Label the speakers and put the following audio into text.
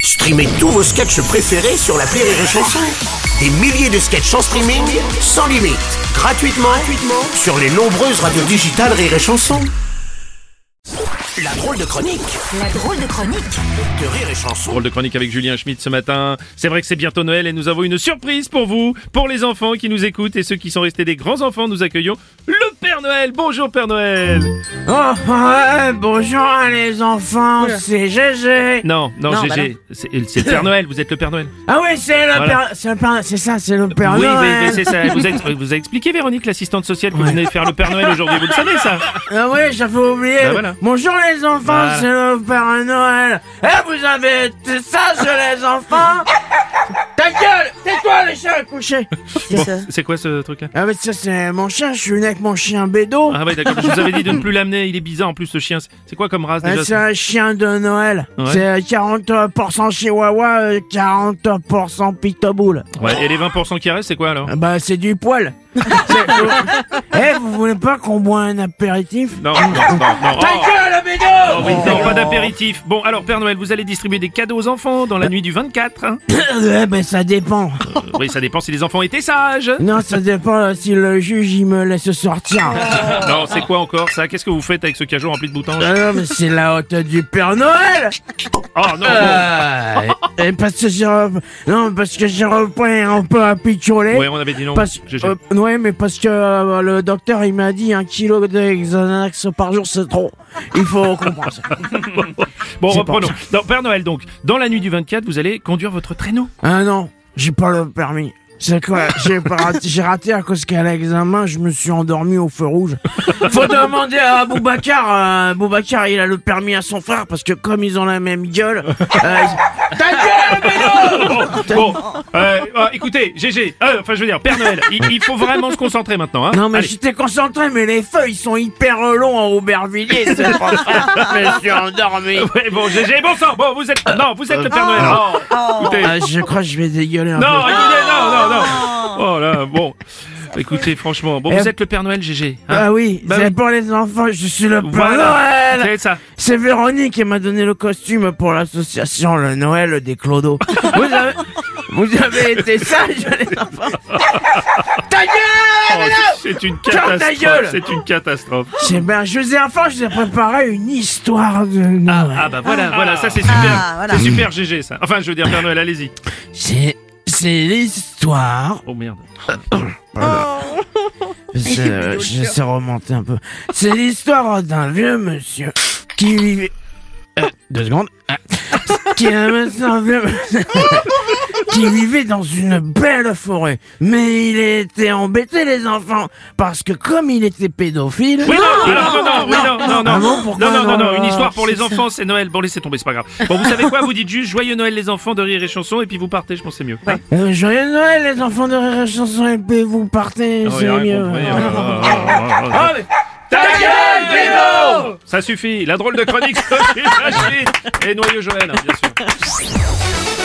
Speaker 1: Streamez tous vos sketchs préférés sur la Rire et Chanson. Des milliers de sketchs en streaming, sans limite, gratuitement, gratuitement sur les nombreuses radios digitales Rire et Chanson. La drôle de chronique
Speaker 2: La drôle de chronique
Speaker 1: de Rire et Chanson.
Speaker 3: Drôle de chronique avec Julien Schmidt ce matin. C'est vrai que c'est bientôt Noël et nous avons une surprise pour vous, pour les enfants qui nous écoutent et ceux qui sont restés des grands enfants. Nous accueillons le Père Noël. Bonjour Père Noël.
Speaker 4: Oh, ouais, bonjour hein, les enfants, c'est GG.
Speaker 3: Non, non,
Speaker 4: Non,
Speaker 3: GG,
Speaker 4: bah
Speaker 3: c'est c'est le Père Noël. Vous êtes le Père Noël.
Speaker 4: Ah oui, c'est le
Speaker 3: Voilà.
Speaker 4: père, c'est le père, c'est ça, c'est le père
Speaker 3: oui, oui,
Speaker 4: Noël.
Speaker 3: oui, c'est ça. Vous avez, vous avez expliqué Véronique, l'assistante sociale, que vous venez faire le Père Noël aujourd'hui. Vous le savez ça
Speaker 4: Ah oui, j'avais oublié.
Speaker 3: Bah voilà.
Speaker 4: Bonjour les enfants,
Speaker 3: Voilà.
Speaker 4: c'est le père Noël. Eh, vous avez été sages les enfants. Ta gueule, tais-toi les chiens couchés.
Speaker 3: Bon, C'est quoi ce truc-là
Speaker 4: Ah mais ça c'est mon chien, je suis né avec mon chien Bédo.
Speaker 3: Ah ouais, d'accord. Je vous avais dit de ne plus l'amener. Il est bizarre en plus ce chien. C'est quoi comme race
Speaker 4: Ah,
Speaker 3: déjà
Speaker 4: c'est un chien de Noël.
Speaker 3: Ouais.
Speaker 4: C'est 40% chihuahua, euh, 40% pitbull.
Speaker 3: Ouais, Et les 20% qui restent, c'est quoi alors
Speaker 4: Ah Bah, c'est du poil. Eh, vous voulez pas qu'on boit un apéritif
Speaker 3: Non, non, non, non.
Speaker 4: Ta
Speaker 3: Oh.
Speaker 4: gueule, Bédo
Speaker 3: Oh oui, non, pas d'apéritif. Bon, alors Père Noël, vous allez distribuer des cadeaux aux enfants dans la nuit du 24. hein
Speaker 4: Eh ben, ça dépend.
Speaker 3: Euh, oui, ça dépend si les enfants étaient sages.
Speaker 4: Non, ça dépend euh, si le juge, il me laisse sortir.
Speaker 3: Non, c'est quoi encore ça Qu'est-ce que vous faites avec ce cajou rempli de boutons
Speaker 4: Ah non, mais c'est la haute du Père Noël
Speaker 3: Oh non, Ah.
Speaker 4: Euh, et, et parce que j'ai... rep- Non, parce que j'ai repris un peu à picoler.
Speaker 3: bon. Ouais, on avait dit non.
Speaker 4: Parce,
Speaker 3: GG.
Speaker 4: euh, ouais, mais parce que euh, le docteur il m'a dit un kilo d'Exanax par jour c'est trop. Il faut compenser.
Speaker 3: bon,
Speaker 4: c'est
Speaker 3: reprenons. Non, Père Noël, donc, dans la nuit du 24, vous allez conduire votre traîneau.
Speaker 4: Ah non, j'ai pas le permis. C'est quoi J'ai pas raté, j'ai raté à cause qu'à l'examen, je me suis endormi au feu rouge. Faut demander à Boubacar. euh, Boubacar, il a le permis à son frère parce que comme ils ont la même gueule. euh, ils- Ta gueule, Bélo
Speaker 3: Bon, euh, euh, écoutez, GG, euh, enfin je veux dire, Père Noël, il, il faut vraiment se concentrer maintenant. Hein
Speaker 4: Non mais
Speaker 3: Allez.
Speaker 4: j'étais concentré, mais les feuilles sont hyper longs en Aubervilliers. c'est pas vrai. je me suis endormi.
Speaker 3: Ouais, bon, GG, bon sang, bon, vous êtes... Non, vous êtes le Père Noël. Oh, écoutez,
Speaker 4: Ah, je crois que je vais dégueuler un
Speaker 3: Non,
Speaker 4: peu.
Speaker 3: écoutez, non, non, non. Oh là, bon. Écoutez, franchement, bon, vous
Speaker 4: Eh,
Speaker 3: êtes le Père Noël, GG. hein
Speaker 4: Ah oui,
Speaker 3: Bah
Speaker 4: c'est
Speaker 3: oui.
Speaker 4: pour les enfants, je suis le Père
Speaker 3: Voilà.
Speaker 4: Noël
Speaker 3: C'est ça.
Speaker 4: C'est Véronique qui m'a donné le costume pour l'association Le Noël des Clodos. vous, avez, vous avez été sage, les enfants Ta
Speaker 3: Oh,
Speaker 4: gueule
Speaker 3: c'est une
Speaker 4: Eh ben Ferme ta
Speaker 3: catastrophe.
Speaker 4: gueule.
Speaker 3: C'est une catastrophe.
Speaker 4: C'est bien, je vous ai enfin, je vous ai préparé une histoire de Noël.
Speaker 3: Ah bah voilà, voilà, ça c'est super.
Speaker 2: Ah, voilà.
Speaker 3: C'est super GG ça. Enfin, je veux dire, Père Noël, allez-y.
Speaker 4: C'est, c'est l'histoire...
Speaker 3: Oh merde.
Speaker 4: c'est, euh, Je sais remonter un peu. C'est l'histoire d'un vieux monsieur qui vivait... Euh, deux secondes. Ah. qui est un monsieur, un vieux monsieur. qui vivait dans une belle forêt. Mais il était embêté, les enfants, parce que comme il était pédophile...
Speaker 3: Oui, non, alors, non, non, oui, non, non, non.
Speaker 4: Ah bon, pourquoi
Speaker 3: non, non, non, non,
Speaker 4: non,
Speaker 3: une histoire pour
Speaker 4: c'est
Speaker 3: les enfants, c'est Noël. Bon, laissez tomber, c'est pas grave. Bon, vous savez quoi Vous dites juste joyeux Noël les enfants de rire et chanson et puis vous partez, je pense que c'est mieux.
Speaker 4: Euh, joyeux Noël, les enfants de Rire et Chanson, et puis vous partez,
Speaker 3: Oh, il
Speaker 4: c'est
Speaker 3: a rien
Speaker 4: mieux.
Speaker 3: compris. Oh, oh, oh, oh, oh.
Speaker 4: Ah, mais- Ta gueule, Bédo
Speaker 3: Ça suffit, la drôle de chronique, Sophie Rachid et Noyeux Joël, hein, bien sûr.